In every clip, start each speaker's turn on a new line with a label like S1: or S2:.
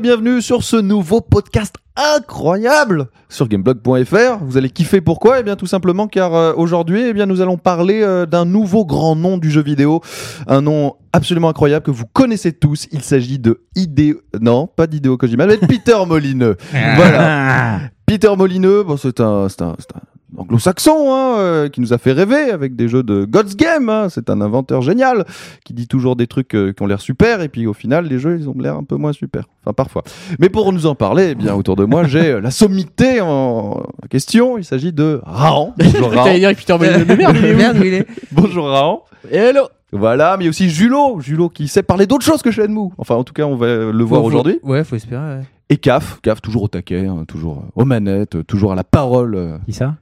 S1: bienvenue sur ce nouveau podcast incroyable sur gameblog.fr. Vous allez kiffer pourquoi Eh bien tout simplement car euh, aujourd'hui, eh bien nous allons parler euh, d'un nouveau grand nom du jeu vidéo, un nom absolument incroyable que vous connaissez tous. Il s'agit de Hideo non, pas d'Hideo Kojima, mais de Peter Molineux. Voilà. Peter Molineux, bon c'est un c'est un, c'est un anglo-saxon hein, euh, qui nous a fait rêver avec des jeux de God's Game, hein. c'est un inventeur génial qui dit toujours des trucs euh, qui ont l'air super et puis au final les jeux ils ont l'air un peu moins super, enfin parfois. Mais pour nous en parler, eh bien autour de moi j'ai euh, la sommité en question, il s'agit de Raon. Bonjour
S2: T'allais
S1: Raon.
S2: dire que Peter Molyneux, mais merde, il est où
S3: Merde, où il est
S1: Bonjour Raon.
S2: Hello
S1: Voilà, mais il y a aussi Julo, Julo qui sait parler d'autre chose que Shenmue. Enfin en tout cas on va le voir
S3: Faut-
S1: aujourd'hui.
S3: Ouais, faut espérer. ouais.
S1: Et CAF, CAF toujours au taquet, hein, toujours euh, aux manettes, euh, toujours à la parole, euh,
S4: Qui ça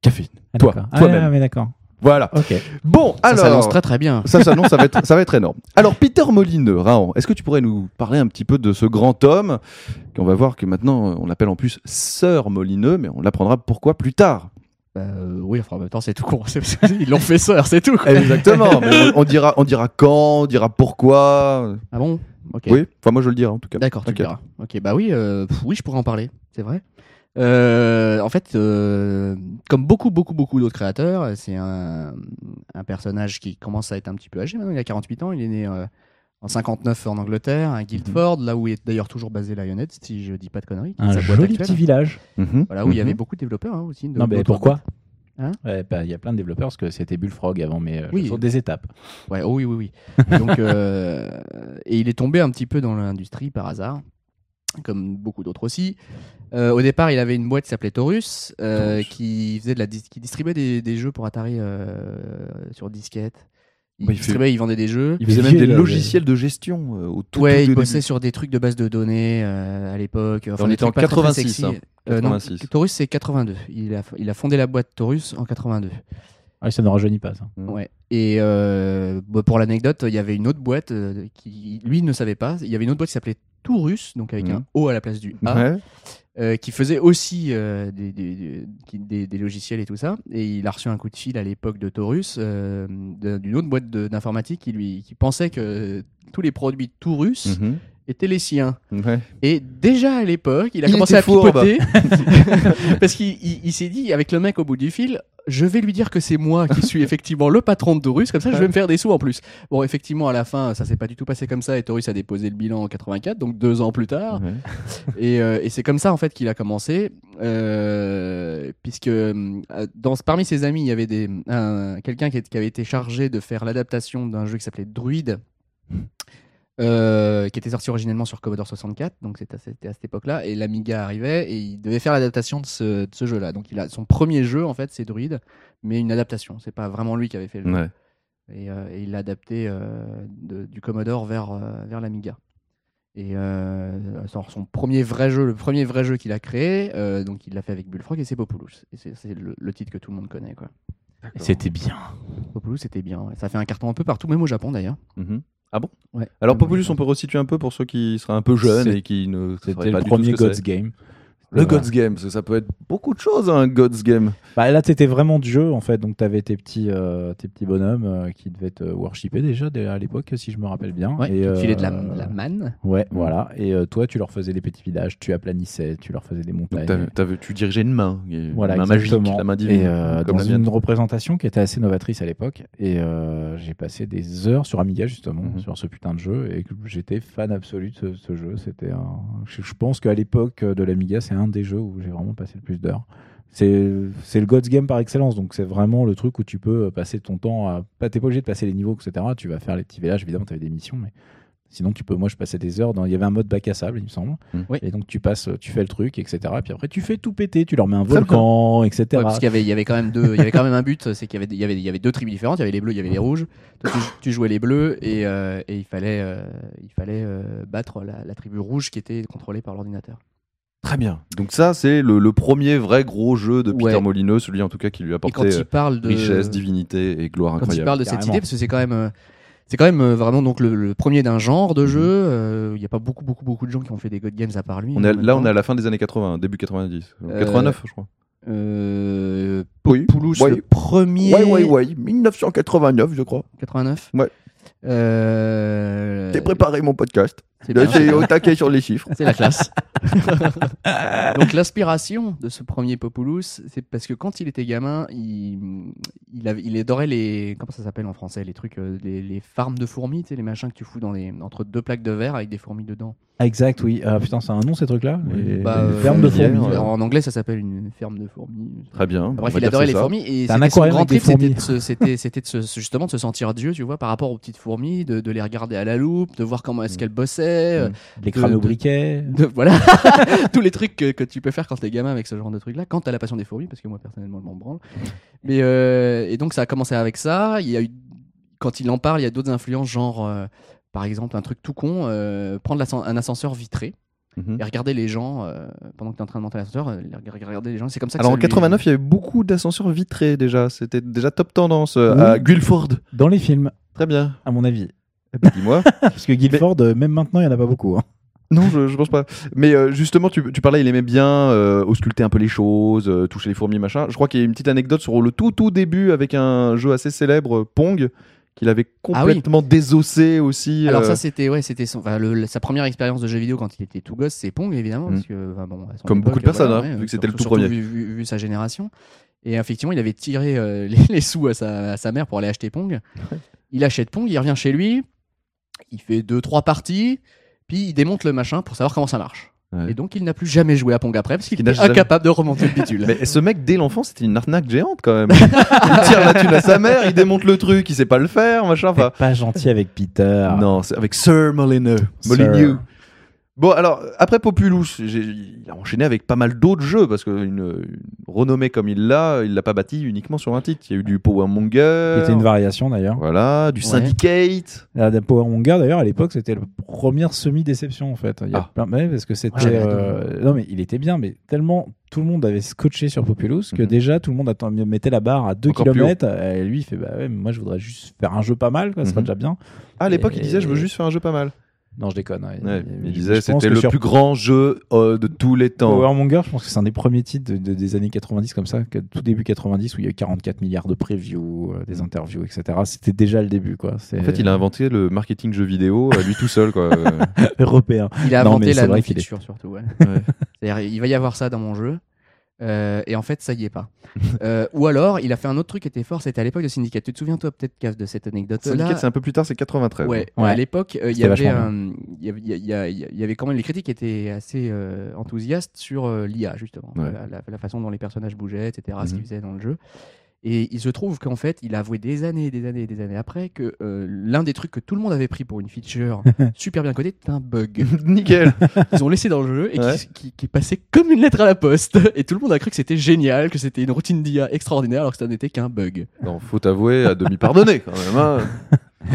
S1: caféine.
S4: Ah,
S1: Toi,
S4: d'accord. Ah,
S1: toi-même.
S4: ouais, mais d'accord.
S1: Voilà.
S4: Ok.
S1: Bon,
S2: Ça
S1: alors...
S2: s'annonce très très bien.
S1: Ça, ça, non, ça va être, ça va être énorme. Alors, Peter Molineux, Raon, est-ce que tu pourrais nous parler un petit peu de ce grand homme qu'on va voir que maintenant, euh, on l'appelle en plus Sœur Molineux, mais on l'apprendra pourquoi plus tard.
S2: Bah, euh, oui, enfin, en même temps, c'est tout con. C'est- c'est- Ils l'ont fait sœur, c'est tout. quoi.
S1: Exactement. mais on, on dira, on dira quand, on dira pourquoi.
S2: Ah bon Ok.
S1: Oui. Enfin, moi, je le dirai en tout cas.
S2: D'accord, tu
S1: Ok.
S2: le diras. Ok, bah oui, euh, pff, oui, je pourrais en parler, c'est vrai. Euh, en fait, euh, comme beaucoup, beaucoup, beaucoup d'autres créateurs, c'est un, un personnage qui commence à être un petit peu âgé maintenant, il a 48 ans, il est né euh, en 59 en Angleterre, à Guildford, là où est d'ailleurs toujours basé Lionhead, si je dis pas de conneries. qui est
S4: Mhm. Un
S2: sa boîte
S4: joli
S2: actuelle.
S4: petit village.
S1: Mhm.
S2: Voilà, où il y
S1: Mhm.
S2: avait beaucoup de développeurs hein, aussi. de-
S4: non, mais
S2: d'autres
S4: pourquoi
S2: Hein
S4: Ouais, bah, Il y a plein de développeurs parce que c'était Bullfrog avant, mais euh,
S2: Oui.
S4: ce sont des étapes.
S2: Ouais, oh oui, oui, oui. Donc, euh, et il est tombé un petit peu dans l'industrie par hasard, comme beaucoup d'autres aussi. Euh, au départ, il avait une boîte qui s'appelait Taurus, euh,
S1: Taurus.
S2: qui faisait de la dis- qui distribuait des, des jeux pour Atari euh, sur disquette. Il
S1: Bah, il fait-
S2: distribuait, il vendait des jeux.
S1: Il faisait
S4: Les
S1: même des
S4: vieux, là,
S1: logiciels de gestion euh, au tout,
S2: ouais,
S1: tout
S2: il
S1: début.
S2: bossait sur des trucs de base de données euh, à l'époque. Enfin,
S1: on
S2: des
S1: était en
S2: trucs pas très, très
S1: 86,
S2: sexy.
S1: hein.
S2: Euh, non,
S1: 86.
S2: Taurus, c'est 82. Il a, il a fondé la boîte Taurus en 82.
S4: Ah, ça ne rajeunit pas, ça.
S2: Ouais. Et euh, bah, pour l'anecdote, il y avait une autre boîte euh, qui, lui, ne savait pas. Il y avait une autre boîte qui s'appelait Taurus, donc avec
S1: Mhm.
S2: un O à la place du A,
S1: Ouais.
S2: euh, qui faisait aussi euh, des, des- des- qui- des- des logiciels et tout ça. Et il a reçu un coup de fil à l'époque de Taurus, euh, de- d'une autre boîte de- d'informatique qui lui qui pensait que tous les produits Taurus
S1: Mhm.
S2: étaient les siens.
S1: Ouais.
S2: Et déjà à l'époque, il a
S1: Il
S2: commencé
S1: était
S2: à
S1: fourbe.
S2: pipoter parce qu'il il- il s'est dit avec le mec au bout du fil, je vais lui dire que c'est moi qui suis effectivement le patron de Taurus, comme ça je vais me faire des sous en plus. Bon, effectivement à la fin, ça s'est pas du tout passé comme ça et Taurus a déposé le bilan en 84, donc deux ans plus tard.
S1: Ouais.
S2: Et, euh, et c'est comme ça en fait qu'il a commencé, euh, puisque euh, dans, parmi ses amis, il y avait des, un- quelqu'un qui, est- qui avait été chargé de faire l'adaptation d'un jeu qui s'appelait Druid, euh, qui était sorti originellement sur Commodore 64, donc c'était à, c'était à cette époque-là, et l'Amiga arrivait et il devait faire l'adaptation de ce, de ce jeu-là. Donc il a son premier jeu en fait, c'est Druid, mais une adaptation. C'est pas vraiment lui qui avait fait le jeu.
S1: Ouais.
S2: Et, euh, et il l'a adapté euh, de- du Commodore vers, euh, vers l'Amiga. Et euh, son, son premier vrai jeu, le premier vrai jeu qu'il a créé, euh, donc il l'a fait avec Bullfrog et c'est Populous. Et c'est c'est le, le titre que tout le monde connaît. Quoi.
S4: C'était bien.
S2: Populous c'était bien, ouais. ça fait un carton un peu partout, même au Japon d'ailleurs.
S1: Mhm. Ah bon
S2: Ouais.
S1: Alors,
S2: Même au
S1: Populus,
S2: Japon.
S1: on peut resituer un peu pour ceux qui seraient un peu jeunes
S4: C'est-
S1: et qui ne
S4: C'était
S1: sauraient
S4: le
S1: pas du tout ce
S4: premier
S1: que c'est.
S4: God's Game.
S1: Le
S4: Euh,
S1: God's Game, parce que ça peut être beaucoup de choses, un God's Game.
S4: Bah, là, t'étais vraiment de jeu, en fait. Donc, t'avais tes petits, euh, tes petits bonhommes euh, qui devaient te worshipper déjà dès- à l'époque, si je me rappelle bien.
S2: Ouais,
S4: Et,
S2: tu te filais de la,
S4: euh,
S2: la manne.
S4: Ouais, voilà. Et euh, toi, tu leur faisais des petits villages, tu aplanissais, tu leur faisais des
S1: Donc,
S4: montagnes.
S1: t'avais- t'avais- tu dirigeais une main, une
S4: Voilà,
S1: main
S4: exactement.
S1: magique, la main divine,
S4: Et euh,
S1: comme
S4: dans
S1: la
S4: une
S1: mienne.
S4: représentation qui était assez novatrice à l'époque. Et euh, j'ai passé des heures sur Amiga, justement,
S1: Mhm.
S4: sur ce putain de jeu. Et que j'étais fan absolu de ce, ce jeu. C'était un- Je je pense qu'à l'époque de l'Amiga, c'est un des jeux où j'ai vraiment passé le plus d'heures. C'est c'est le God's Game par excellence. Donc, c'est vraiment le truc où tu peux euh, passer ton temps à. Pas t'es pas obligé de passer les niveaux, etc. Tu vas faire les petits villages, évidemment, tu des missions, mais. Sinon, tu peux. Moi, je passais des heures dans. Il y avait un mode bac à sable, il me semble.
S1: Mhm.
S2: Oui.
S4: Et donc, tu passes, tu fais le truc, etc. Puis après, tu fais tout péter. Tu leur mets un
S1: Très bien.
S4: volcan, etc.
S2: Ouais, parce qu'il y avait, il y avait quand même deux, il y avait quand même un but, c'est qu'il y avait, il y avait, il y avait deux tribus différentes, il y avait les bleus, il y avait les rouges. Toi, tu, tu jouais les bleus et, euh, et il fallait, euh, il fallait euh, battre la, la tribu rouge qui était contrôlée par l'ordinateur.
S1: Très bien. Donc ça, c'est le, le premier vrai gros jeu de Peter
S2: Ouais.
S1: Molineux, celui en tout cas qui lui
S2: Et quand
S1: apportait
S2: il parle de
S1: richesse, divinité et gloire
S2: quand il
S1: incroyable.
S2: parle de cette
S4: Carrément.
S2: idée, parce que c'est quand même, euh, c'est quand même euh, vraiment donc le, le premier d'un genre
S1: Mhm.
S2: de jeu. euh, Il n'y a pas beaucoup, beaucoup, beaucoup de gens qui ont fait des God Games à part lui. hein,
S1: On est, là, on est à la fin des années 80, début 90,
S2: Euh,
S1: 89, je crois.
S2: Euh,
S1: Oui.
S2: Poulouche,
S1: Ouais.
S2: le Euh, premier.
S1: ouais, 1989, je crois.
S2: 89.
S1: Ouais.
S2: Euh,
S1: T'es préparé mon podcast.
S2: c'est
S1: Là,
S2: bien.
S1: c'est au taquet sur les chiffres.
S2: C'est la classe. Donc l'inspiration de ce premier Populous, c'est parce que quand il était gamin, il, il, avait- il adorait les comment ça s'appelle en français, les trucs, euh, les, les farms de fourmis, tu sais, les machins que tu fous dans les entre deux plaques de verre avec des fourmis dedans.
S4: Ah, exact, oui. Ah, putain, c'est un nom ces trucs-là
S1: Oui.
S4: Les-
S2: Bah,
S4: les
S2: euh,
S4: fermes de
S1: fourmilières,
S4: fourmis.
S1: euh,
S2: En anglais, ça s'appelle une ferme de fourmis.
S1: Très bien.
S2: Bref, il adorait les fourmis et
S4: C'est un
S2: c'était son
S4: aquarium avec
S2: grand
S4: des
S2: trip, c'était
S4: fourmis.
S2: de se- c'était c'était de se- justement de se sentir Dieu, tu vois, par rapport aux petites fourmis, de, de les regarder à la loupe, de voir
S4: Mm.
S2: comment est-ce qu'elles bossaient, euh,
S4: Les crames
S2: de-
S4: au
S2: de-
S4: briquet.
S2: de- voilà, tous les trucs que, que tu peux faire quand t'es gamin avec ce genre de truc-là, quand t'as la passion des fourmis, parce que moi personnellement je m'en branle. Mais, euh, et donc ça a commencé avec ça. Il y a eu, quand il en parle, il y a d'autres influences, genre euh, par exemple un truc tout con, euh, prendre l'ascen- un ascenseur vitré
S1: Mhm.
S2: et regarder les gens euh, pendant que t'es en train de monter l'ascenseur, euh, les- regarder les gens. C'est comme ça. Que
S1: Alors
S2: ça
S1: en
S2: lui-
S1: 89, il y avait beaucoup d'ascenseurs vitrés déjà. C'était déjà top tendance euh,
S4: Oui.
S1: à Guilford.
S4: Dans les films,
S1: Très bien.
S4: à mon avis.
S1: Eh ben, Dis-moi.
S4: Parce que Guilford, euh, même maintenant, il n'y en a pas beaucoup. hein.
S1: non, je, je pense pas. Mais euh, justement, tu, tu parlais, il aimait bien euh, ausculter un peu les choses, euh, toucher les fourmis, machin. Je crois qu'il y a une petite anecdote sur le tout tout début avec un jeu assez célèbre, euh, Pong, qu'il avait
S2: Ah oui.
S1: complètement désossé aussi.
S2: Alors
S1: euh,
S2: ça c'était ouais c'était son- enfin, le- sa première expérience de jeu vidéo quand il était tout gosse c'est Pong évidemment
S1: Mm.
S2: parce que, enfin, bon, à son
S1: Comme
S2: époque,
S1: beaucoup de personnes,
S2: voilà,
S1: hein,
S2: ouais,
S1: vu que c'était le tout
S2: surtout
S1: premier.
S2: vu, vu- vu sa génération et effectivement il avait tiré euh, les, les sous à sa, à sa mère pour aller acheter Pong il achète Pong il revient chez lui il fait deux trois parties puis il démonte le machin pour savoir comment ça marche
S1: Ouais.
S2: et donc il n'a plus jamais joué à Pong après parce qu'il
S1: Il n'a
S2: est
S1: jamais-
S2: incapable de remonter le bidule
S1: Mais ce mec, dès l'enfance, c'était une arnaque géante quand même. il tire la thune à sa mère, il démonte le truc, il sait pas le faire, machin. Enfin,
S4: T'es Pas gentil avec Peter.
S2: Ah.
S1: Non, c'est avec Sir Molyneux.
S4: Sir.
S1: Molyneux. Bon, alors, après Populous, j'ai- il a enchaîné avec pas mal d'autres jeux, parce qu'une une renommée comme il l'a, il l'a pas bâti uniquement sur un titre. Il y a eu du Power Monger,
S4: Qui était une variation d'ailleurs.
S1: voilà, du
S2: Ouais.
S1: Syndicate.
S4: La la Power Monger d'ailleurs à l'époque c'était la première semi-déception en fait. Il y a
S1: Ah.
S4: plein- ouais, parce que c'était
S2: j'avais
S4: euh, non mais il était bien mais tellement tout le monde avait scotché sur Populous que
S1: Mhm.
S4: déjà tout le monde attend- mettait la barre à 2
S1: Encore plus
S4: km et lui il fait bah ouais mais moi je voudrais juste faire un jeu pas mal quoi, c'est pas
S1: Mhm.
S4: déjà bien.
S1: Ah, à l'époque, il
S4: Et-
S1: disait, je veux juste faire un jeu pas mal.
S4: Non je déconne. hein. ouais.
S1: Ouais, il
S4: Mais je-
S1: disait,
S4: je pense
S1: c'était
S4: que
S1: le
S4: sur
S1: plus grand jeu euh, de tous les temps.
S4: Power Monger je pense que c'est un des premiers titres de- de- des années 90 comme ça, que- tout début 90 où il y a eu 44 milliards de previews, euh, des interviews etc. C'était déjà le début quoi.
S1: Mhm. En fait, il a inventé le marketing jeu vidéo à lui tout seul, quoi. Euh,
S4: européen.
S2: Il a
S4: Non,
S2: inventé
S4: mais
S2: la
S4: c'est vrai
S2: non
S4: qu'il est-
S2: feature surtout. ouais. C'est-à-dire, il va y avoir ça dans mon jeu. euh, et en fait, ça y est pas. Euh, ou alors, il a fait un autre truc qui était fort. C'était à l'époque de Syndicate. Tu te souviens, toi, peut-être, Cave, de cette anecdote-là
S1: Syndicate, c'est un peu plus tard, c'est 93.
S2: Ouais,
S4: Ouais.
S2: à l'époque, euh, il y
S4: C'était
S2: avait
S4: vachement
S2: un- il y avait- il y a- il y a- il y avait quand même les critiques étaient assez euh, enthousiastes sur euh, l'IA justement,
S1: Ouais.
S2: la, la- la façon dont les personnages bougeaient, etc., ce
S1: Mhm.
S2: qu'ils faisaient dans le jeu. Et il se trouve qu'en fait, il a avoué des années, et des années, et des années après que euh, l'un des trucs que tout le monde avait pris pour une feature super bien codée, c'est un bug.
S1: Nickel.
S2: Ils ont laissé dans le jeu et qui-
S1: Ouais.
S2: qui, qui est passé comme une lettre à la poste. Et tout le monde a cru que c'était génial, que c'était une routine d'IA extraordinaire, alors que ça n'était qu'un bug.
S1: Non, faut avouer à demi pardonner quand même. hein.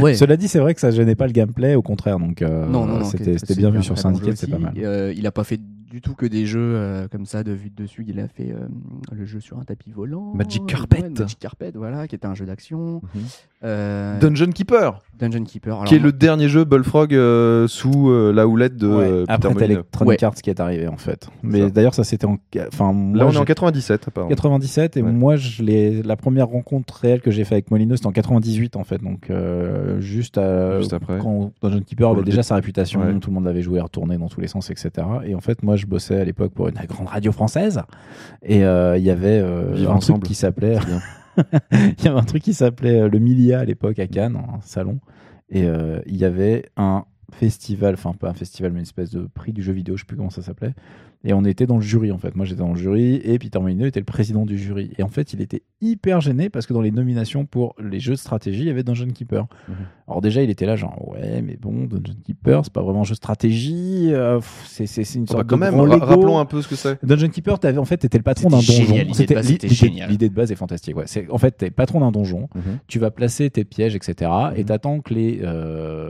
S2: Ouais.
S4: Cela dit, c'est vrai que ça gênait pas le gameplay, au contraire. Donc, euh,
S2: Non, non, non,
S4: c'était
S2: ok,
S4: c'était
S2: c'est
S4: bien
S2: un
S4: vu
S2: très
S4: sur
S2: bon
S4: Syndicate,
S2: jeu
S4: c'est pas
S2: aussi.
S4: mal.
S2: Euh, il a pas fait du tout que des jeux euh, comme ça de vue de dessus. Il a fait euh, le jeu sur un tapis volant.
S1: Magic
S2: euh,
S1: Carpet.
S2: ouais, Magic Carpet, voilà, qui était un jeu d'action.
S4: Mhm.
S2: Euh,
S1: Dungeon Keeper.
S2: Dungeon Keeper. alors
S1: qui est
S2: moi-
S1: le dernier jeu Bullfrog euh, sous euh, la houlette de
S4: Ouais.
S1: euh, Peter
S4: Après, t'as
S1: Molyneux.
S4: Electronic
S2: Ouais.
S4: Arts qui est arrivé, en fait. Mais
S1: ça.
S4: d'ailleurs, ça, c'était en. Enfin,
S1: Là,
S4: moi,
S1: on est
S4: j'ai-
S1: en 97, apparemment.
S4: 97 et
S1: Ouais.
S4: moi je l'ai la première rencontre réelle que j'ai fait avec Molino c'était en 98 en fait donc euh, juste, à-
S1: Juste après.
S4: quand Dungeon Keeper
S1: Pour
S4: avait
S1: le
S4: déjà sa réputation
S1: Ouais.
S4: tout le monde l'avait joué retourné dans tous les sens etc et en fait moi je bossais à l'époque pour une grande radio française et euh, il y avait euh,
S1: Vivre
S4: un truc
S1: ensemble.
S4: qui s'appelait
S1: C'est bien.
S4: il y avait un truc qui s'appelait euh, le Milia à l'époque à Cannes un salon et euh, il y avait un festival enfin pas un festival mais une espèce de prix du jeu vidéo je sais plus comment ça s'appelait et on était dans le jury en fait. Moi j'étais dans le jury et Peter Molyneux était le président du jury. Et en fait il était hyper gêné parce que dans les nominations pour les jeux de stratégie il y avait Dungeon Keeper.
S1: Mhm.
S4: Alors déjà il était là genre ouais mais bon Dungeon Keeper c'est pas vraiment un jeu de stratégie, euh, pff, c'est c'est- c'est une
S1: Oh,
S4: sorte
S1: bah,
S4: de
S1: quand même,
S4: grand
S1: ra-
S4: Lego.
S1: rappelons un peu ce que c'est.
S4: Dungeon Keeper, t'avais- en fait, t'étais le patron d'un
S2: C'était
S4: donjon.
S2: génial, l'idée de base,
S4: l'i-
S2: c'était
S4: l'idée-
S2: génial.
S4: L'idée de base est fantastique. Ouais. C'est- En fait, t'es patron d'un donjon,
S1: Mhm.
S4: tu vas placer tes pièges, etc. Et
S1: Mhm.
S4: t'attends que les, euh,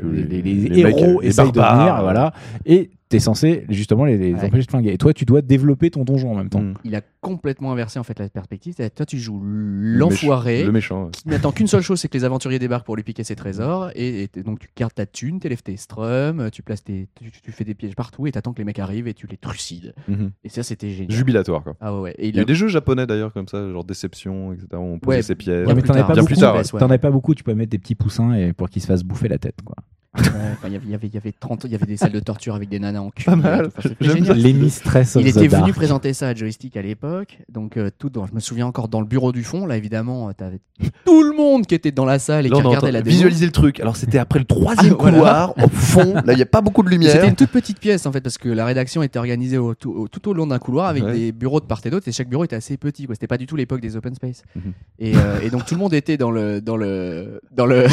S1: Que
S4: les,
S1: les-
S4: les- les
S1: les mecs,
S4: héros
S1: les
S4: essayent de
S1: barbares,
S4: venir,
S1: euh.
S4: voilà. Et t'es censé justement les, les
S2: Ouais. Mhm.
S4: empêcher de flinguer. Et toi, tu dois développer ton donjon en même temps.
S1: Mm.
S2: Il a complètement inversé en fait la perspective. C'est-à-dire, Toi, tu joues
S1: Le méch-
S2: l'enfoiré
S1: Le méchant. ouais.
S2: qui n'attend qu'une seule chose, c'est que les aventuriers débarquent pour lui piquer ses trésors. Et, et donc, tu gardes ta thune, t'élèves tes strums, tu, places tes, tu, tu fais des pièges partout et t'attends que les mecs arrivent et tu les trucides.
S1: Mhm.
S2: Et ça, c'était génial.
S1: Jubilatoire, quoi.
S2: Ah ouais, ouais. Et
S1: Il y a eu des jeux japonais d'ailleurs comme ça, genre Déception, etc. où on posait
S2: Ouais,
S1: ses pièges.
S2: bien
S4: mais
S2: plus
S4: t'en as
S2: tard.
S4: pas
S1: Bien plus
S4: beaucoup.
S1: tard,
S2: Bass, ouais.
S4: T'en as pas beaucoup, tu peux mettre des petits poussins et pour qu'ils se fassent bouffer la tête. Quoi.
S2: Ouais, enfin, il y avait- il y avait, il y avait 30, il y avait des salles de torture avec des nanas en cul.
S1: Pas mal.
S2: Enfin, c'était
S1: J'aime
S2: génial.
S4: Les mistresses of
S2: Il
S4: the
S2: était venu
S4: Dark.
S2: présenter ça à Joystick à l'époque, donc euh, tout dans- je me souviens encore dans le bureau du fond, là évidemment, euh, t'avais tout le monde qui était dans la salle et
S1: Là,
S2: qui
S1: on
S2: regardait
S1: entend-
S2: la démo.
S1: visualiser le truc. Alors c'était après le troisième
S2: Ah, voilà.
S1: couloir, au fond. Là, il n'y a pas beaucoup de
S2: Et C'était
S1: lumière.
S2: une toute petite pièce en fait, parce que la rédaction était organisée au- tout, au- tout au long d'un couloir avec
S1: Ouais.
S2: des bureaux de part et d'autre, et chaque bureau était assez petit, quoi. c'était pas du tout l'époque des open space.
S1: Mhm.
S2: Et, euh, et donc tout le monde était dans le dans le dans le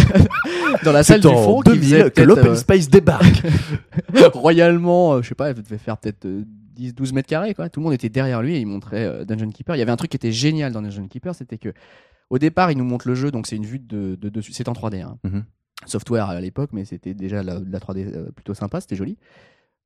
S2: dans la salle
S1: C'est
S2: du
S1: en
S2: fond qui
S1: 2000
S2: faisait
S1: que
S2: peut-être,
S1: l'open
S2: euh,
S1: space débarque.
S2: royalement, euh, je sais pas, elle devait faire peut-être euh, 10, 12 mètres carrés, quoi. Tout le monde était derrière lui et il montrait euh, Dungeon Keeper. Il y avait un truc qui était génial dans Dungeon Keeper, c'était que au départ, il nous montre le jeu, donc c'est une vue de, de dessus. C'est en 3D. hein.
S1: Mhm.
S2: Software à l'époque, mais c'était déjà la, de la 3D euh, plutôt sympa, c'était joli.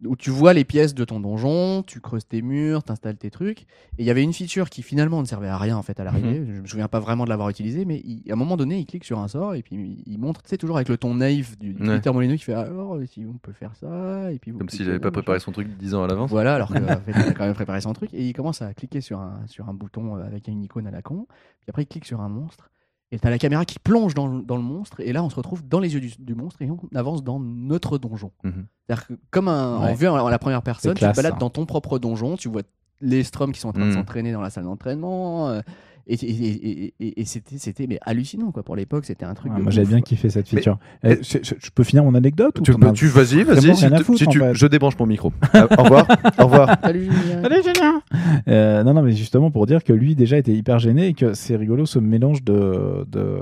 S2: Où tu vois les pièces de ton donjon, tu creuses tes murs, t'installes tes trucs. Et il y avait une feature qui finalement ne servait à rien en fait à l'arrivée. Je me souviens pas vraiment de l'avoir utilisée, mais il- à un moment donné, il clique sur un sort et puis il- il montre, tu sais, toujours avec le ton naïf du du
S1: Ouais.
S2: Peter Molyneux qui fait alors si on peut faire ça et puis vous
S1: Comme
S2: cliquez
S1: s'il n'avait
S2: là,
S1: pas préparé
S2: machin.
S1: son truc 10 ans à l'avance.
S2: Voilà, alors qu'il a quand même préparé son truc et il commence à cliquer sur un sur un bouton euh, avec une icône à la con. Puis après, il clique sur un monstre. Et t'as la caméra qui plonge dans le, dans le monstre, et là on se retrouve dans les yeux du, du monstre et on avance dans notre donjon.
S1: Mhm.
S2: C'est-à-dire que comme un, en
S4: Ouais.
S2: vue en la première personne, tu
S4: classe, hein.
S2: te balades
S4: ça.
S2: dans ton propre donjon, tu vois les strums qui sont en train
S1: Mm.
S2: de s'entraîner dans la salle d'entraînement. euh, et et, et- et- et- et c'était, c'était mais hallucinant quoi. Pour l'époque, c'était un truc.
S4: Ah,
S2: de
S4: moi,
S2: ouf.
S4: j'avais bien kiffé cette
S1: Mais-
S4: feature. Eh, je, je- je peux finir mon anecdote ou
S1: Tu,
S4: t'en
S1: bah,
S4: as-
S1: tu- vas-y, vas-y.
S4: Vraiment
S1: Si,
S4: rien à
S1: tu-
S4: foutre,
S1: si
S4: en
S1: tu-
S4: fait.
S1: je débranche mon micro. Euh, au revoir, au revoir.
S2: Salut, Julien.
S4: Euh, non, non, mais justement pour dire que lui déjà était hyper gêné et que c'est rigolo ce mélange de, de,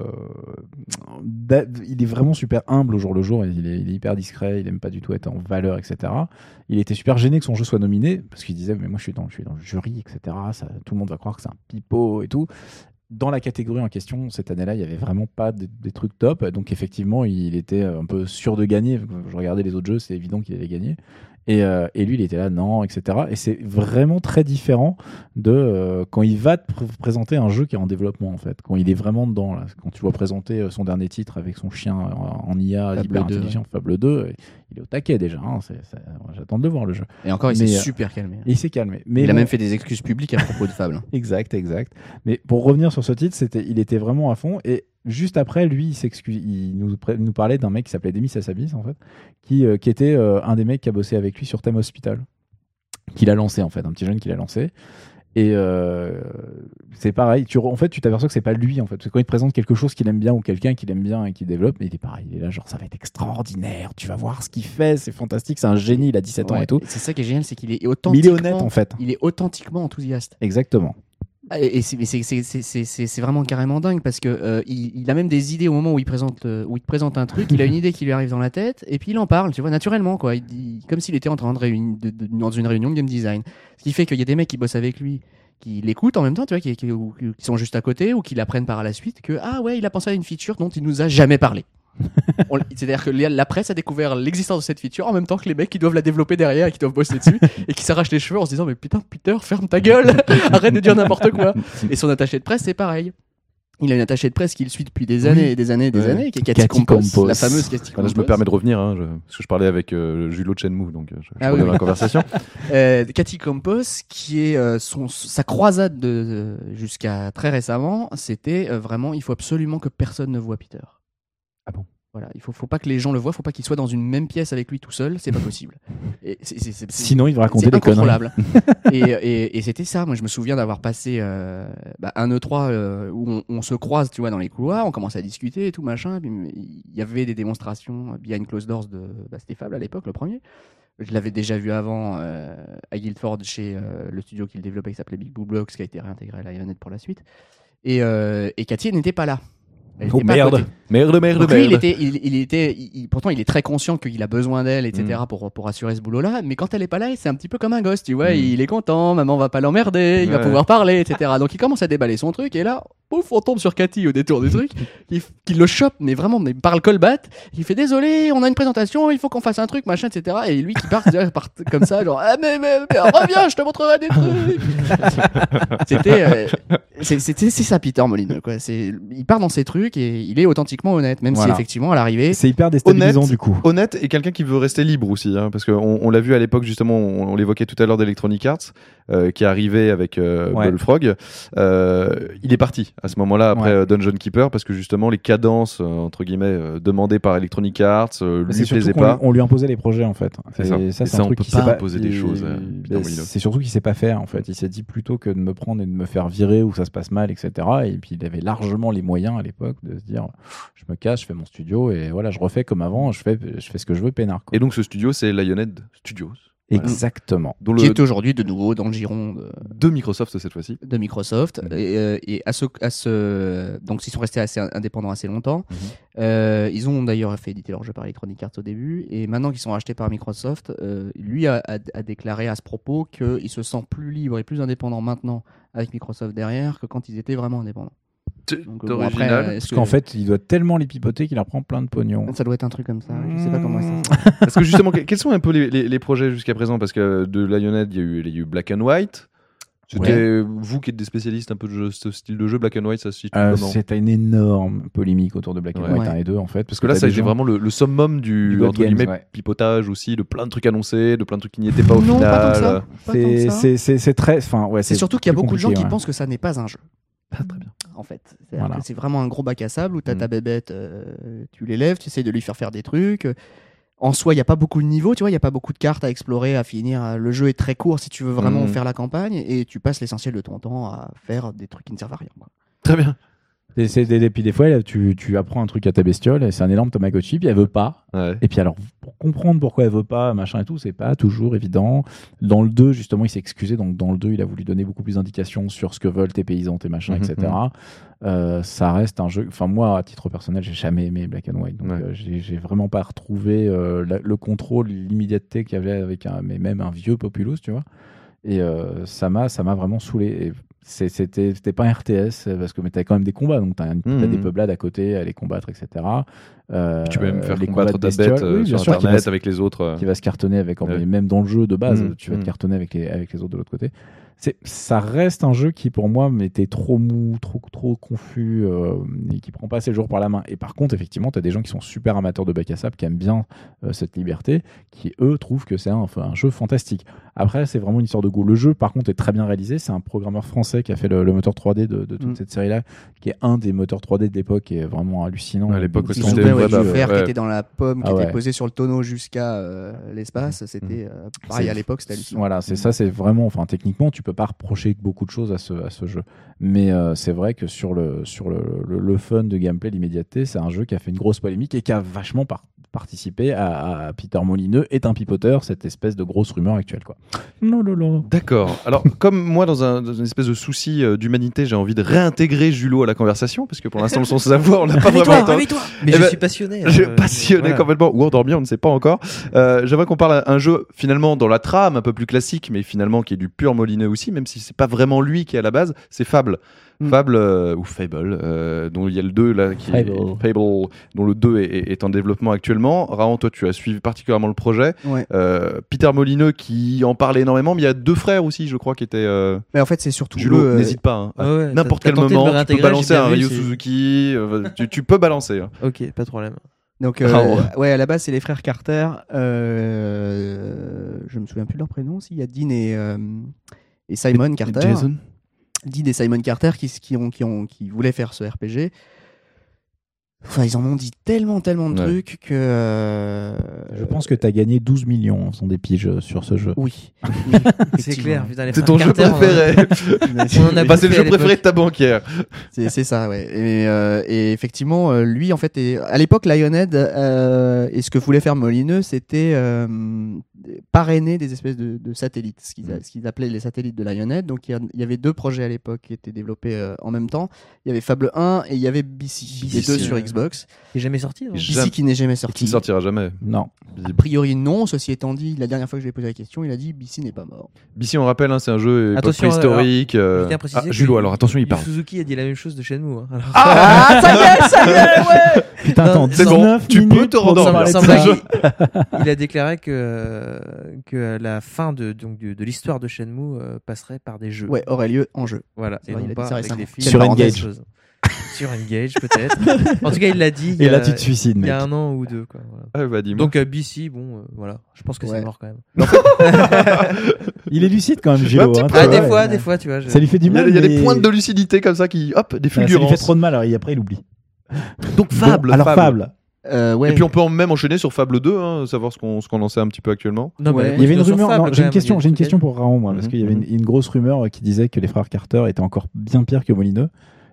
S4: d'a- Il est vraiment super humble au jour le jour, et il est, il est hyper discret, il aime pas du tout être en valeur, etc. Il était super gêné que son jeu soit nominé parce qu'il disait Mais moi je suis dans, je suis dans le jury, etc. Ça, tout le monde va croire que c'est un pipeau et tout. Dans la catégorie en question, cette année-là, il y avait vraiment pas des, des trucs top. Donc effectivement, il était euh, un peu sûr de gagner. Je regardais les autres jeux, c'est évident qu'il allait gagner. Et, euh, et lui, il était là, non, etc. Et c'est vraiment très différent de euh, quand il va te pr- présenter un jeu qui est en développement, en fait. Quand il est vraiment dedans, là. Quand tu vois présenter euh, son dernier titre avec son chien en, en IA,
S2: Fable
S4: hyper
S2: 2,
S4: intelligent, Fable 2, euh, il est au taquet déjà. hein. C'est- ça- J'attends de le voir, le jeu.
S2: Et encore, il
S4: Mais,
S2: s'est
S4: euh,
S2: super calmé.
S4: Et il s'est calmé. Mais
S2: il a
S4: bon,
S2: même fait des excuses publiques à propos de Fable.
S4: Exact, exact. Mais pour revenir sur ce titre, c'était, il était vraiment à fond. Et juste après, lui, il, s'excuse, il nous, pré- nous parlait d'un mec qui s'appelait Demis Hassabis, en fait, qui, euh, qui était euh, un des mecs qui a bossé avec lui sur Thème Hospital, qu'il a lancé, en fait, un petit jeune qu'il a lancé. Et euh, c'est pareil, tu, re- en fait, tu t'aperçois que c'est pas lui, en fait. Parce que quand il te présente quelque chose qu'il aime bien ou quelqu'un qu'il aime bien et qu'il développe, mais il est pareil, il est là, genre, ça va être extraordinaire, tu vas voir ce qu'il fait, c'est fantastique, c'est un génie, il a 17 ans
S2: Ouais.
S4: et tout.
S2: C'est ça qui est génial, c'est qu'il est
S4: Mais il est
S2: authentiquement.
S4: honnête, en fait.
S2: il est authentiquement enthousiaste.
S4: Exactement.
S2: Ah, Et et c'est mais c'est- c'est- c'est- c'est- c'est- c'est vraiment carrément dingue parce que euh, il, il a même des idées au moment où il présente euh, où il te présente un truc, il a une idée qui lui arrive dans la tête et puis il en parle, tu vois naturellement quoi, il dit, comme s'il était en train de réuni- de- de- dans une réunion de game design. Ce qui fait qu'il y a des mecs qui bossent avec lui qui l'écoutent en même temps, tu vois, qui, qui- ou- qui sont juste à côté ou qui l'apprennent par la suite que ah ouais, il a pensé à une feature dont il nous a jamais parlé. On- C'est-à-dire que la la presse a découvert l'existence de cette feature en même temps que les mecs qui doivent la développer derrière et qui doivent bosser dessus et qui s'arrachent les cheveux en se disant mais putain Peter ferme ta gueule arrête de dire n'importe quoi et son attaché de presse c'est pareil il a une attachée de presse qui le suit depuis des
S4: Oui.
S2: années et des années et des
S1: Ouais.
S2: années qui est Cathy,
S4: Cathy
S2: Compos,
S4: Compos.
S2: la fameuse Cathy
S1: Voilà, je me
S2: Compos.
S1: permets de revenir, hein, je- parce que je parlais avec euh, Julot de Shenmue, donc euh, je, je
S2: Ah oui,
S1: reviens dans
S2: oui.
S1: la conversation.
S2: Euh, Cathy Compos, qui est euh, son, sa croisade de, euh, jusqu'à très récemment, c'était euh, vraiment il faut absolument que personne ne voit Peter.
S4: Ah bon
S2: Voilà, il faut, faut pas que les gens le voient, faut pas qu'il soit dans une même pièce avec lui tout seul, c'est pas possible. Et c'est- c'est- c'est- c'est-
S4: Sinon, il va raconter
S2: C'est
S4: des conneries.
S2: incontrôlable. et et- et c'était ça. Moi, je me souviens d'avoir passé euh, bah, un E3 euh, où on, on se croise, tu vois, dans les couloirs, on commence à discuter et tout machin. Et puis, Il y avait des démonstrations behind closed doors de bah, c'était Fable à l'époque, le premier. Je l'avais déjà vu avant euh, à Guildford chez euh, le studio qu'il développait qui s'appelait Big Blue Blocks, qui a été réintégré à l'Ivanet pour la suite. Et, euh, et Cathy elle n'était pas là. Elle
S1: Oh,
S2: était pas à
S1: merde.
S2: côté.
S1: Merde, merde,
S2: Donc lui, il
S1: merde.
S2: était, il, il était, il- il- pourtant, il est très conscient qu'il a besoin d'elle, etc.,
S1: Mm.
S2: pour, pour assurer ce boulot-là. Mais quand elle est pas là, c'est un petit peu comme un gosse, tu vois.
S1: Mm.
S2: Il est content, maman va pas l'emmerder, il va
S1: Ouais.
S2: pouvoir parler, etc. Donc il commence à déballer son truc, et là, pouf, on tombe sur Cathy au détour du truc, qui, f- qui le chope, mais vraiment, mais par le colbat, il fait désolé, on a une présentation, il faut qu'on fasse un truc, machin, etc. Et lui qui part, déjà, part comme ça, genre, ah, mais, mais, mais, reviens, je te montrerai des trucs. C'était, euh, c'est- c'était, c'est ça, Peter Molyneux, quoi. C'est, il part dans ses trucs et il est authentiquement honnête, même si
S4: Voilà.
S2: effectivement, à l'arrivée,
S4: C'est hyper déstabilisant
S1: Honnête.
S4: du coup.
S1: honnête et quelqu'un qui veut rester libre aussi, hein, parce qu'on on, l'a vu à l'époque justement, on, on l'évoquait tout à l'heure d'Electronic Arts, euh, qui est arrivé avec euh,
S4: Ouais.
S1: Bullfrog. Euh, il est parti à ce moment-là après
S4: Ouais.
S1: euh, Dungeon Keeper, parce que justement les cadences euh, entre guillemets euh, demandées par Electronic Arts euh,
S4: Mais
S1: lui
S4: C'est surtout
S1: plaisaient
S4: qu'on
S1: pas.
S4: lui- on lui imposait les projets en fait.
S1: C'est ça.
S4: Et
S1: Et
S4: ça, c'est
S1: ça, on
S4: un truc
S1: peut
S4: qui sait
S1: pas
S4: pas
S1: imposer des choses, euh, Peter
S4: Ben,
S1: Molyneux.
S4: C'est surtout qu'il sait pas faire en fait. Il s'est dit plutôt que de me prendre et de me faire virer ou ça se passe mal, etc. Et puis il avait largement les moyens à l'époque de se dire, je me casse, je fais mon studio et voilà, je refais comme avant, je fais, je fais ce que je veux, peinard. quoi.
S1: Et donc ce studio, c'est Lionhead Studios,
S4: Exactement.
S1: dont
S2: qui
S1: le
S2: est aujourd'hui de nouveau dans le giron de,
S1: de Microsoft cette fois-ci.
S2: de Microsoft
S4: Mhm.
S2: et, euh, et à ce, à ce donc ils sont restés assez indépendants assez longtemps.
S4: Mhm.
S2: Euh, ils ont d'ailleurs fait éditer leur jeu par Electronic Arts au début et maintenant qu'ils sont rachetés par Microsoft, euh, lui a, a- a déclaré à ce propos qu'il se sent plus libre et plus indépendant maintenant avec Microsoft derrière que quand ils étaient vraiment indépendants. Donc, euh, bon, après,
S1: original.
S2: euh, est-ce
S4: Parce qu'en fait, il doit tellement les pipoter qu'il en prend plein de pognon.
S2: ça doit être un truc comme ça. Je sais pas comment ça.
S4: Mmh.
S2: s'appelle.
S1: Parce que justement, que- quels sont un peu les, les- les projets jusqu'à présent Parce que euh, de Lionhead, il y, a eu- il y a eu Black and White. C'était vous qui êtes des spécialistes un peu de jeu- ce style de jeu, Black and White, ça se situe
S4: Euh,
S1: comment
S4: C'était une énorme polémique autour de Black and
S1: Ouais.
S4: White
S2: Ouais.
S4: 1 et 2 en fait.
S1: Parce que là,
S4: t'as
S1: ça a
S4: des
S1: été
S4: gens-
S1: vraiment le, le summum du,
S4: Du board
S1: entre
S4: games,
S1: guillemets,
S4: ouais.
S1: pipotage aussi, de plein de trucs annoncés, de plein de trucs qui n'y étaient pas au
S2: Non,
S1: final. euh,
S2: pas tant que ça. Pas tant que
S4: C'est-
S2: ça.
S4: C'est c'est- c'est très. Enfin, ouais,
S2: C'est surtout qu'il y a
S4: plus
S2: beaucoup de gens
S4: compliqué,
S2: qui
S4: ouais.
S2: pensent que ça n'est pas un jeu.
S4: Ah,
S2: En fait, C'est-à-dire
S4: Voilà.
S2: que c'est vraiment un gros bac à sable où t'as
S1: Mm.
S2: ta bébête, euh, tu l'élèves, tu essayes de lui faire faire des trucs. Euh, En soi, il n'y a pas beaucoup de niveaux, tu vois, il n'y a pas beaucoup de cartes à explorer, à finir. Le jeu est très court si tu veux vraiment
S1: Mm.
S2: faire la campagne et tu passes l'essentiel de ton temps à faire des trucs qui ne servent à rien. quoi.
S1: Très bien.
S4: Et, c'est des, et puis des fois, là, tu, tu apprends un truc à ta bestiole, et c'est un énorme Tamagotchi, puis elle veut pas.
S1: Ouais.
S4: Et puis alors, pour comprendre pourquoi elle veut pas, machin et tout, c'est pas toujours évident. Dans le 2, justement, il s'est excusé, donc dans le 2, il a voulu donner beaucoup plus d'indications sur ce que veulent tes paysans, tes machins,
S1: Mhm,
S4: etc. Euh, ça reste un jeu... Enfin, moi, à titre personnel, j'ai jamais aimé Black and White, donc
S1: Ouais.
S4: euh, j'ai j'ai vraiment pas retrouvé euh, la- le contrôle, l'immédiateté qu'il y avait avec un, mais même un vieux Populous, tu vois. Et euh, ça m'a ça m'a vraiment saoulé. Et c'est- c'était c'était pas un RTS euh, parce que mais t'as quand même des combats donc t'as une- t'as
S1: Mhm.
S4: des peuplades à côté à les combattre etc Euh,
S1: Tu peux même faire
S4: les combats
S1: combattre ta
S4: de bestioles,
S1: bête euh,
S4: oui, bien
S1: sur
S4: sûr, qui va
S1: Internet
S4: se-
S1: avec les autres. euh.
S4: qui va se cartonner avec
S1: Ouais.
S4: mais même dans le jeu de base
S1: Mhm,
S4: tu vas
S1: mhm.
S4: te cartonner avec les avec les autres de l'autre côté c'est ça reste un jeu qui pour moi m'était trop mou trop trop confus euh, et qui prend pas assez le jour par la main et par contre effectivement t'as des gens qui sont super amateurs de bac à sable qui aiment bien euh, cette liberté qui eux trouvent que c'est un, un jeu fantastique. Après, c'est vraiment une histoire de goût. Le jeu, par contre, est très bien réalisé. C'est un programmeur français qui a fait le, le moteur 3D de, de toute
S2: Mm.
S4: cette série-là, qui est un des moteurs 3D de l'époque, et est vraiment hallucinant.
S1: À l'époque,
S4: Ils
S1: parce
S2: Ils
S1: que
S4: ont
S2: ont
S1: c'était
S4: fait
S1: une
S2: ouais,
S1: vraie
S4: du-
S2: du
S1: bave.
S2: fer qui
S1: Ouais. Mm.
S2: était dans la pomme, qui
S4: Ah ouais.
S2: était posée sur le tonneau jusqu'à euh, l'espace. C'était euh, pareil
S4: C'est-
S2: à l'époque, c'était hallucinant.
S4: Voilà, c'est ça, c'est vraiment, enfin techniquement, tu peux pas reprocher beaucoup de choses à ce, à ce jeu. Mais euh, c'est vrai que sur, le, sur le, le- le fun de gameplay, l'immédiateté, c'est un jeu qui a fait une grosse polémique et qui a vachement par- participé à, à Peter Molineux est un pipoteur, cette espèce de grosse rumeur actuelle. Quoi. Non, non, non.
S1: D'accord. Alors, comme moi, dans, un- dans une espèce de souci euh, d'humanité, j'ai envie de réintégrer Julot à la conversation, parce que pour l'instant, sans savoir, on l'a pas vraiment entendu. Eh
S3: Mais je
S1: ben,
S3: suis passionné.
S1: Je
S3: euh,
S1: passionné
S3: voilà.
S1: complètement ou endormi, on ne sait pas encore. Euh, J'aimerais qu'on parle à un jeu finalement dans la trame un peu plus classique, mais finalement qui est du pur Molineux aussi, même si c'est pas vraiment lui qui est à la base, c'est Fable.
S3: Hmm.
S2: Mm.
S1: Fable euh, ou Fable, euh, dont il y a le 2 là qui
S4: Fable.
S1: Fable, dont le 2 est, est- est en développement actuellement. Raon, toi tu as suivi particulièrement le projet.
S2: Ouais.
S1: Euh, Peter Molineux qui en parlait énormément, mais il y a deux frères aussi, je crois, qui étaient. Euh,
S2: Mais en fait, c'est surtout
S1: Julo,
S2: eux, euh,
S1: n'hésite pas. hein, à
S3: Ouais, ouais,
S1: N'importe
S3: t'as-
S1: quel
S3: t'as tenté de
S1: moment,
S3: me
S1: tu peux
S3: réintégrer,
S1: balancer
S3: j'ai bien
S1: un
S3: vu,
S1: Ryu
S3: c'est-
S1: Suzuki, euh, tu, tu peux balancer. hein.
S3: Ok, pas de problème.
S2: Donc, euh,
S1: Ah
S2: ouais, à la base, c'est les frères Carter. Euh, je me souviens plus de leur prénom aussi. Il y a Dean et, euh, et Simon Carter. Dean et Simon Carter qui, s- qui, ont, qui, ont, qui voulaient faire ce RPG. Enfin, ils en ont dit tellement, tellement de
S1: Ouais.
S2: trucs que. euh,
S4: Je pense que tu as gagné 12 millions en faisant des piges euh, sur ce jeu.
S2: Oui.
S3: C'est clair, putain, les
S1: C'est
S3: frères
S1: ton jeu
S3: Carter, on-
S1: préféré.
S3: On en a
S1: Bah, c'est le
S3: bouffé
S1: jeu
S3: à l'époque.
S1: préféré de ta banquière.
S2: C'est c'est ça, ouais. Et, euh, et effectivement, euh, lui, en fait, est- à l'époque, Lionhead euh, et ce que voulait faire Molineux, c'était euh, des- parrainer des espèces de, de satellites, ce qu'ils a-
S4: Mm.
S2: ce qu'ils appelaient les satellites de Lionhead. Donc il y a- il y, avait deux projets à l'époque qui étaient développés euh, en même temps. Il y avait Fable 1 et il y avait BC, les
S1: BC,
S2: deux sur
S3: ouais.
S2: Xbox.
S3: Qui est jamais sorti. non
S1: Je-
S2: BC qui n'est jamais
S1: Qui
S2: sorti.
S1: ne sortira jamais.
S4: Non.
S2: A priori non, ceci étant dit, la dernière fois que je lui ai posé la question, il a dit BC n'est pas mort.
S1: Ici, on rappelle, hein, c'est un jeu époque
S3: Attention,
S1: préhistorique.
S3: Je
S1: euh,
S3: tiens à préciser
S1: Ah,
S3: que
S1: Julo, alors attention, il
S3: Yu
S1: parle.
S3: Suzuki a dit la même chose de Shenmue. hein. Alors,
S2: Ah, ça y est, ça y est, ouais
S4: Putain, attends,
S1: C'est bon,
S4: 19
S1: tu peux
S4: minutes
S1: te
S4: pour
S1: rendormir.
S4: parler de
S1: Ça
S3: Sans
S1: me
S4: ça.
S1: va.
S3: blague, il, il a déclaré que, que la fin de, donc, de, de l'histoire de Shenmue euh, passerait par des jeux.
S2: Ouais, aurait lieu en jeu.
S3: Voilà.
S2: C'est
S3: Et
S2: vrai, il
S3: non
S2: a
S3: pas
S2: dit ça
S3: avec
S2: récemment.
S3: les films.
S4: Sur
S3: Des
S4: Engage.
S3: choses. Sur Engage, peut-être. en tout cas, il l'a dit. il y
S4: Et là,
S3: a-
S4: tu te suicides,
S3: Il
S4: mec.
S3: y a un an ou deux. Quoi, voilà.
S1: Ah, bah, dis-moi.
S3: Donc euh, BC, bon, euh, voilà. Je pense que
S2: Ouais.
S3: c'est mort quand même.
S4: Il est lucide quand même, Gilo.
S1: petit
S4: hein,
S1: peu.
S4: tu vois,
S3: Ah, des
S4: ouais.
S3: fois, des fois, tu vois. je-
S4: Ça lui fait du
S1: il y a,
S4: mal.
S1: il y a des
S4: mais-
S1: pointes de lucidité comme ça qui, hop, des
S4: Ah, Ça lui fait
S1: fulgurances.
S4: trop de mal, alors et après, il oublie.
S1: Donc Fable.
S4: Bon, alors, Fable.
S2: Euh, ouais.
S1: Et puis on peut en- même enchaîner sur Fable 2, hein, savoir ce qu'on ce qu'on en sait un petit peu actuellement.
S3: Non, bah, mais
S2: Ouais.
S3: la
S4: Il y avait une
S3: construction
S4: rumeur.
S3: fable,
S4: non,
S3: quand
S4: J'ai une
S3: même,
S4: question.
S3: il y a
S4: J'ai une
S3: des trucs
S4: question pour Raon, moi, parce
S1: Mhm.
S4: qu'il y avait une, une grosse rumeur qui disait que les frères Carter étaient encore bien pires que Molineux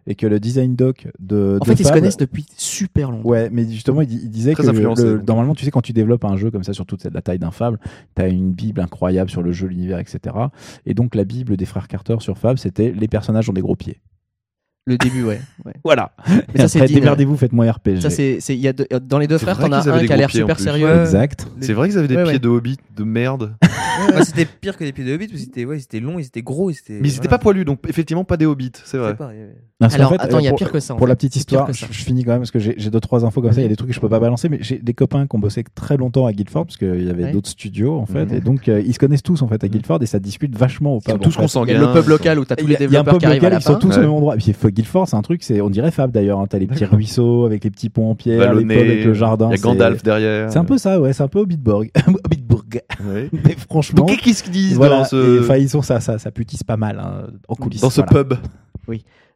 S4: et que le design doc de, de
S2: en fait, ils se
S4: Fable-
S2: connaissent depuis super longtemps.
S4: Ouais, mais justement, il, di- il disait
S1: Très
S4: que
S1: influencé,
S4: le-
S1: donc.
S4: normalement, tu sais, quand tu développes un jeu comme ça, surtout de la taille d'un Fable, t'as une bible incroyable sur le jeu, l'univers, etc. Et donc, la bible des frères Carter sur Fable, c'était les personnages ont des gros pieds.
S2: Le début, ouais. ouais.
S4: Voilà.
S2: Mais ça, c'est
S4: Après,
S2: Dean, ouais.
S4: démerdez-vous, faites-moi RPG.
S2: Ça, c'est, euh, c'est- il y a deux- dans les deux
S1: C'est
S2: frères,
S1: vrai
S2: t'en as
S1: qu'ils avaient
S2: un
S1: des
S2: qui a
S1: gros
S2: l'air
S1: pieds, en
S2: super
S1: plus.
S2: sérieux.
S3: Ouais.
S4: Exact.
S3: Les-
S1: C'est vrai qu'ils avaient des
S3: Ouais,
S1: pieds
S3: ouais.
S1: de hobbit, de merde.
S3: Bah, c'était pire que les pieds de Hobbit, parce que c'était- ouais, ils étaient longs, ils étaient gros, ils étaient.
S1: Mais ils étaient
S3: voilà.
S1: pas poilus, donc effectivement pas des hobbits, c'est
S3: Je sais
S1: vrai.
S3: pas, il y avait-
S4: Parce qu'en
S2: Alors,
S4: fait, euh,
S2: attends, il y a
S4: pour-
S2: pire que ça. en
S4: Pour
S2: fait.
S4: la petite
S2: C'est pire
S4: histoire,
S2: que
S4: je,
S2: ça.
S4: je finis quand même parce que j'ai j'ai deux trois infos comme ça. Il y a des trucs que je peux pas balancer, mais j'ai des copains qui ont bossé très longtemps à Guildford parce qu'il y avait
S2: Ouais. Mhm.
S4: d'autres studios en fait,
S1: Mhm.
S4: et donc euh, ils se connaissent tous en fait à Guildford et ça discute vachement au
S1: Ils
S4: pub.
S1: sont
S4: en
S1: tous
S4: fait.
S2: Il y a
S1: consanguins.
S2: le pub local où t'as tous
S4: Il y
S2: les
S4: a- il y a un
S2: développeurs
S4: pub
S2: qui arrivent à
S4: local,
S2: la
S4: ils sont
S2: fin.
S4: tous au
S1: Ouais.
S4: même endroit. Et puis F- Guildford, c'est un truc, c'est on dirait Fab d'ailleurs. hein. T'as les petits ruisseaux avec les petits ponts en pierre, les
S1: Vallonné,
S4: pods avec le jardin.
S1: Il y a
S4: c'est-
S1: Gandalf derrière.
S4: C'est un peu ça, ouais, c'est un peu Hobbitburg. Hobbitburg.
S1: Ouais.
S4: Mais franchement,
S1: Donc qu'est-ce qu'ils disent
S4: voilà,
S1: dans ce,
S4: et, enfin, ils sont ça, ça, ça putisse pas mal hein, en coulisses.
S1: dans ce
S4: voilà.
S1: pub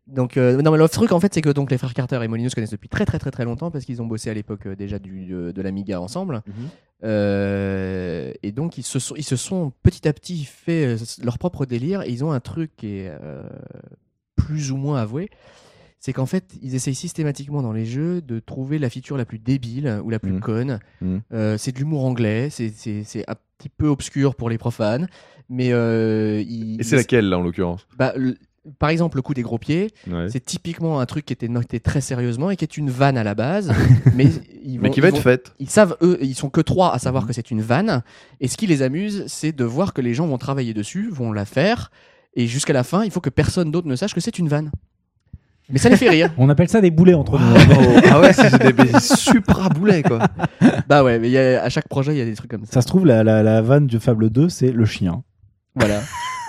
S2: Donc, euh, non, mais le truc, en fait, c'est que donc, les frères Carter et Molyneux se connaissent depuis très, très, très, très longtemps parce qu'ils ont bossé à l'époque euh, déjà du, euh, de l'Amiga ensemble.
S1: Mhm.
S2: Euh, et donc, ils se, sont, ils se sont petit à petit fait euh, leur propre délire et ils ont un truc qui est euh, plus ou moins avoué. C'est qu'en fait, ils essayent systématiquement dans les jeux de trouver la feature la plus débile ou la plus
S1: Mhm.
S2: conne.
S1: Mhm.
S2: Euh, c'est de l'humour anglais, c'est- c'est c'est un petit peu obscur pour les profanes, mais euh, ils-
S1: Et c'est laquelle là en l'occurrence
S2: bah, le- par exemple, le coup des gros pieds,
S1: Ouais.
S2: c'est typiquement un truc qui était noté très sérieusement et qui est une vanne à la base, mais ils
S1: Mais
S2: vont-
S1: qui va
S2: ils
S1: être Mhm.
S2: vont-
S1: faite.
S2: Ils savent eux, ils sont que trois à savoir que c'est une vanne. Et ce qui les amuse, c'est de voir que les gens vont travailler dessus, vont la faire, et jusqu'à la fin, il faut que personne d'autre ne sache que c'est une vanne. Mais ça les fait rire.
S4: On appelle ça des boulets entre nous. hein.
S1: ah ouais, c'est des, des supra-boulets quoi.
S2: bah ouais, mais il y a- à chaque projet, il y a des trucs comme ça.
S4: Ça se trouve, la, la, la vanne du Fable 2, c'est le chien.
S2: Voilà.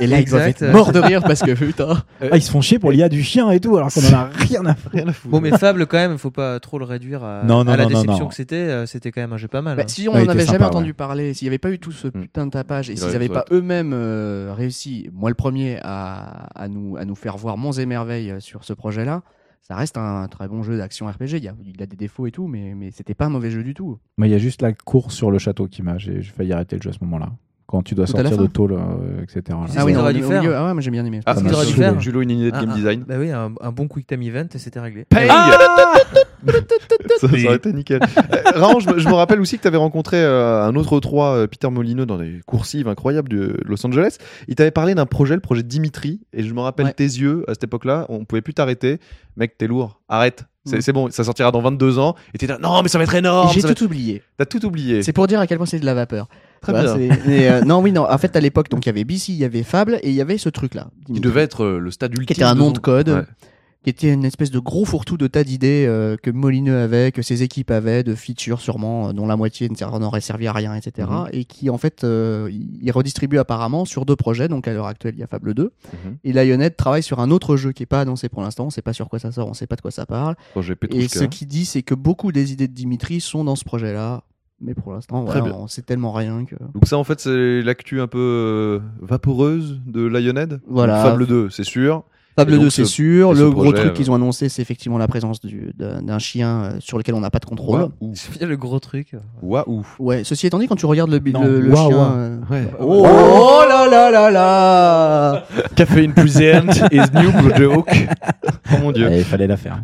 S2: Et là,
S3: Exact.
S2: ils doivent être morts de rire parce que putain.
S4: Ah, ils se font chier pour l'IA du chien et tout, alors qu'on en a rien à faire.
S1: Rien à foutre.
S3: Bon, mais Fable, quand même, faut pas trop le réduire à,
S4: Non, non,
S3: à la
S4: non, non,
S3: déception
S4: non.
S3: que c'était. euh, C'était quand même un jeu pas mal.
S1: Ah
S2: Bah,
S3: hein.
S2: si on
S4: Ouais, il
S2: n'en
S4: était
S2: avait jamais
S4: sympa,
S2: entendu parler, s'il n'y avait pas eu tout ce putain de tapage, et
S1: Mm. Il
S2: s'ils
S1: aurait-
S2: n'avaient
S1: ça
S2: pas
S1: aurait
S2: eux-mêmes euh, réussi, moi le premier, à, à nous, à nous faire voir monts et merveilles euh, sur ce projet-là, ça reste un, très bon jeu d'action RPG. Il, y a, il a des défauts et tout, mais, mais c'était pas un mauvais jeu du tout.
S4: Mais il y a juste la course sur le château qui m'a. J'ai j'ai failli arrêter le jeu à ce moment-là. Quand tu dois
S2: Tout à la
S4: sortir
S2: fin.
S4: de tôle, euh, etc. là.
S3: Ah oui,
S2: non,
S3: t'aurais
S2: au-
S3: dû
S2: au
S3: faire.
S2: milieu- Ah ouais, moi j'ai bien aimé.
S1: Ah,
S4: Ça
S1: mais
S4: m'a
S1: Julo-
S4: saoulé.
S1: Julo, une idée de
S3: Un-
S1: game
S3: un-
S1: design.
S3: Bah oui, un, un bon quick time event et c'était réglé.
S1: Paye
S4: Ah
S1: ça, ça aurait été nickel. Euh, Raon, je, me- je me rappelle aussi que tu avais rencontré euh, un autre 3, Peter Molyneux, dans des coursives incroyables de Los Angeles. Il t'avait parlé d'un projet, le projet Dimitri. Et je me rappelle
S2: Ouais.
S1: tes yeux à cette époque-là. On pouvait plus t'arrêter. Mec, t'es lourd. Arrête. C'est
S2: Mm.
S1: c'est bon, ça sortira dans 22 ans. Et t'étais là, non, mais ça va être
S2: Et
S1: énorme.
S2: J'ai
S1: ça va
S2: tout oublié.
S1: être- T'as tout oublié.
S2: C'est pour dire à quel point c'est de la vapeur.
S1: Très
S2: Tu vois,
S1: bien.
S2: c'est- mais, euh, non, oui, non. En fait, à l'époque, donc il y avait BC, il y avait Fable, et il y avait ce truc-là.
S1: Il devait être euh, le stade ultime.
S2: qui était un nom de code,
S1: Ouais.
S2: qui était une espèce de gros fourre-tout de tas d'idées euh, que Molineux avait, que ses équipes avaient, de features sûrement, euh, dont la moitié ne ser- n'aurait servi à rien, etc.
S1: Mhm.
S2: Et qui, en fait, euh, il il redistribue apparemment sur deux projets. Donc, à l'heure actuelle, il y a Fable 2.
S1: Mhm.
S2: Et Lionhead travaille sur un autre jeu qui n'est pas annoncé pour l'instant. On ne sait pas sur quoi ça sort, on ne sait pas de quoi ça parle.
S1: Projet
S2: Et
S1: Petrushka.
S2: ce qu'il dit, c'est que beaucoup des idées de Dimitri sont dans ce projet-là. Mais pour l'instant,
S1: Très
S2: voilà,
S1: bien.
S2: on sait tellement rien que...
S1: Donc ça, en fait, c'est l'actu un peu euh, vaporeuse de Lionhead.
S2: Voilà.
S1: Donc, Fable 2, c'est sûr. Et
S2: Fable
S1: donc
S2: 2,
S1: ce-
S2: c'est sûr.
S1: et ce
S2: Le gros
S1: projet,
S2: truc
S1: euh,
S2: qu'ils ont annoncé, c'est effectivement la présence du- d'un d'un chien euh, sur lequel on n'a pas de
S4: Oh
S2: contrôle.
S1: Waouh.
S3: Je veux dire, le gros truc. euh,
S1: Waouh.
S2: Ouais, ceci étant dit, quand tu regardes le, bi-
S4: Non.
S2: le, le
S4: Ouah,
S2: chien.
S4: ouah.
S2: euh,
S1: Ouais.
S2: Oh, là là là
S1: Ah.
S2: là
S1: Caféine present is new joke. Oh mon dieu.
S4: Eh, Il fallait la faire.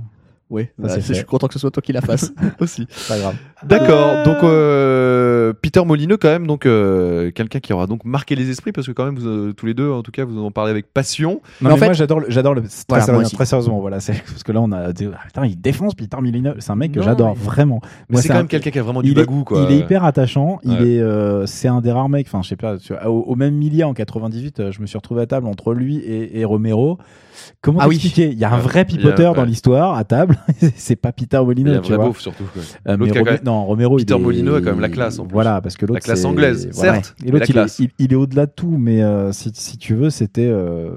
S2: Ouais,
S4: c'est
S2: bah, voilà,
S4: fait.
S2: je suis content que ce soit toi qui la fasse.
S1: Aussi.
S4: C'est pas grave.
S1: D'accord. Donc euh, Peter Molineux quand même, donc euh, quelqu'un qui aura donc marqué les esprits parce que quand même vous, euh, tous les deux, en tout cas, vous en parlez avec passion.
S4: Non,
S2: Mais en
S4: mais
S2: fait-
S4: moi j'adore le, j'adore le euh, très,
S2: Voilà, moi
S4: sérieusement,
S2: aussi.
S4: très sérieusement, voilà, c'est parce que là on a des- ah, putain, il défonce Peter Milino, c'est un mec que
S3: Non,
S4: j'adore
S3: mais-
S4: vraiment.
S1: Mais
S4: Moi,
S1: c'est quand
S4: un-
S1: même quelqu'un qui a vraiment du
S4: il est-
S1: bagou, quoi.
S4: Il est hyper attachant, il
S1: Ouais.
S4: est euh, c'est un des rares mecs, enfin je sais pas, sur- au, au même milliard en 98, euh, je me suis retrouvé à table entre lui et, et Romero. Comment
S2: Ah oui.
S4: t'expliquer Il y a un
S1: Ouais,
S4: vrai
S1: il y a-
S4: pipoteur dans
S1: ouais.
S4: l'histoire à table, c'est pas Peter
S1: Il est
S4: Molino,
S1: un
S4: tu
S1: vrai
S4: vois.
S1: beauf, surtout. quoi.
S4: Euh, mais
S1: L'autre qui a
S4: Robert-
S1: quand
S4: non, Romero,
S1: Peter
S4: il est...
S1: Molineux a quand même la classe, en plus.
S4: Voilà, parce que l'autre,
S1: classe
S4: c'est-
S1: anglaise, certes,
S4: Et
S1: mais
S4: l'autre,
S1: la
S4: il, est-
S1: classe.
S4: il- il est au-delà de tout, mais euh, si, si tu veux, c'était. euh,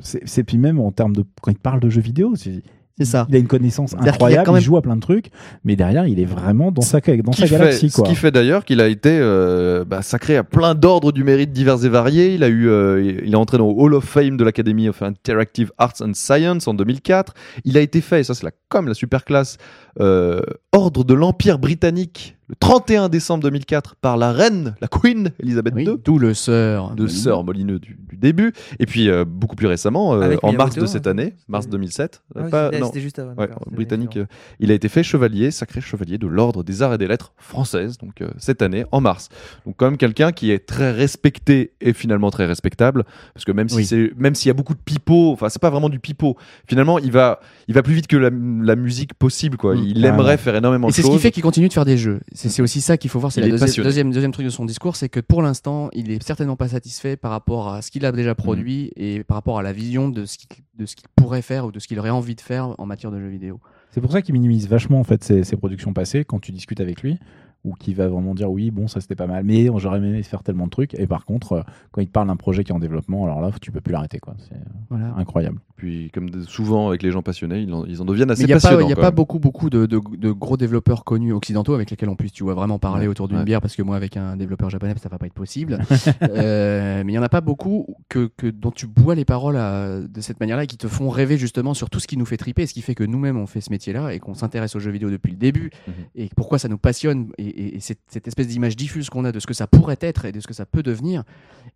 S4: c'est c'est- puis même en termes de quand il parle de jeux vidéo, c'est-
S2: C'est ça.
S4: Il a une connaissance
S2: qu'il y a
S4: incroyable,
S2: quand même-
S4: il joue à plein de trucs, mais derrière, il est vraiment dans sa dans
S1: Qui
S4: sa
S1: fait-
S4: galaxie, quoi.
S1: Ce qui fait d'ailleurs qu'il a été euh, bah, sacré à plein d'ordres du mérite divers et variés. Il a eu, euh, il est entré dans le Hall of Fame de l'Academy of Interactive Arts and Science en 2004. Il a été fait, et ça c'est la comme la super classe, euh, ordre de l'Empire britannique le 31 décembre 2004 par la reine, la Queen Elizabeth
S2: Oui,
S1: II.
S2: D'où le sœur.
S1: De Sœur Molineux du, du début, et puis euh, beaucoup plus récemment, euh,
S3: Avec
S1: en mars
S3: Miyamoto,
S1: de cette
S3: hein,
S1: année,
S3: c'était-
S1: mars 2007.
S3: Ah oui,
S1: pas-
S3: c'était-
S1: non.
S3: C'était juste avant.
S1: Ouais,
S3: d'accord, c'était
S1: britannique.
S3: différent.
S1: euh, il a été fait chevalier, sacré chevalier de l'ordre des arts et des lettres françaises, donc euh, cette année, en mars. Donc quand même quelqu'un qui est très respecté et finalement très respectable, parce que même si
S2: Oui.
S1: c'est, même s'il y a beaucoup de pipeaux, enfin c'est pas vraiment du pipeau. Finalement, il va, il va plus vite que la, la musique possible, quoi.
S2: Mm.
S1: Il aimerait
S4: Ouais, ouais.
S1: faire énormément
S2: Et
S1: de
S2: c'est
S1: choses.
S2: ce qui fait qu'il continue de faire des jeux. C'est c'est aussi ça qu'il faut voir. C'est
S1: Il
S2: le
S1: est passionné.
S2: deuxième, deuxième truc de son discours, c'est que pour l'instant, il est certainement pas satisfait par rapport à ce qu'il a déjà produit
S1: Mm.
S2: et par rapport à la vision de ce qu'il de ce qu'il pourrait faire ou de ce qu'il aurait envie de faire en matière de jeux vidéo.
S4: C'est pour ça qu'il minimise vachement en fait ses, ses productions passées quand tu discutes avec lui ou qui va vraiment dire oui bon ça c'était pas mal mais j'aurais aimé faire tellement de trucs et par contre euh, quand il te parle d'un projet qui est en développement alors là tu peux plus l'arrêter quoi c'est
S2: Voilà.
S1: Ah,
S4: incroyable
S1: Puis comme de- souvent avec les gens passionnés, ils en, ils en deviennent
S2: Mais
S1: assez
S2: il n'y a, pas,
S1: passionnants.
S2: il y a
S1: quand
S2: pas
S1: même.
S2: beaucoup, beaucoup de, de- de gros développeurs connus occidentaux avec lesquels on puisse, tu vois, vraiment parler
S1: Ouais,
S2: autour d'une
S1: ouais.
S2: bière parce que moi, avec un développeur japonais, ça va pas être possible. Euh, mais il n'y en a pas beaucoup que, que- dont tu bois les paroles à- de cette manière-là et qui te font rêver justement sur tout ce qui nous fait triper et ce qui fait que nous-mêmes on fait ce métier-là et qu'on s'intéresse aux jeux vidéo depuis le début
S1: Mhm.
S2: et pourquoi ça nous passionne et, et- et cette, cette espèce d'image diffuse qu'on a de ce que ça pourrait être et de ce que ça peut devenir.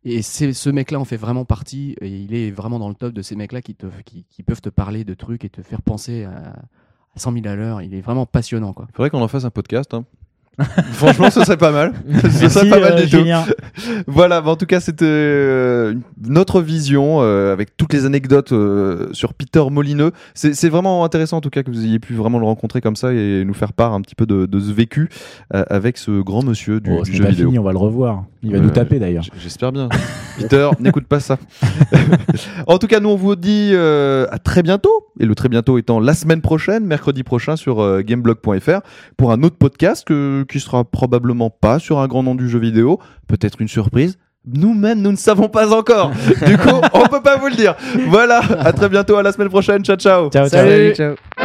S2: Et c'est- ce mec-là en fait vraiment partie et il est vraiment dans le top de ces mecs-là qui, te, qui, qui peuvent te parler de trucs et te faire penser à, à 100 000 à l'heure. Il est vraiment passionnant quoi.
S1: Il faudrait qu'on en fasse un podcast. hein. Franchement, ce serait pas mal. ce serait
S4: Merci,
S1: pas mal
S4: euh,
S1: du tout.
S4: Julien.
S1: Voilà, bah en tout cas, c'était euh, notre vision euh, avec toutes les anecdotes euh, sur Peter Molineux. C'est c'est vraiment intéressant en tout cas que vous ayez pu vraiment le rencontrer comme ça et nous faire part un petit peu de, de ce vécu euh, avec ce grand monsieur du,
S4: Bon,
S1: du
S4: Oh, c'est
S1: jeu
S4: pas
S1: vidéo.
S4: fini on va le revoir il va
S1: Euh,
S4: nous taper d'ailleurs
S1: J- J'espère bien. Peter, n'écoute pas ça. en tout cas, nous, on vous dit euh, à très bientôt. Et le très bientôt étant la semaine prochaine, mercredi prochain sur euh, gameblog.fr pour un autre podcast que- qui sera probablement pas sur un grand nom du jeu vidéo. Peut-être une surprise. Nous-mêmes, nous ne savons pas encore. du coup, on peut pas vous le dire. Voilà. À très bientôt. À la semaine prochaine. Ciao, ciao.
S4: ciao ciao
S2: Salut.
S3: Salut, ciao.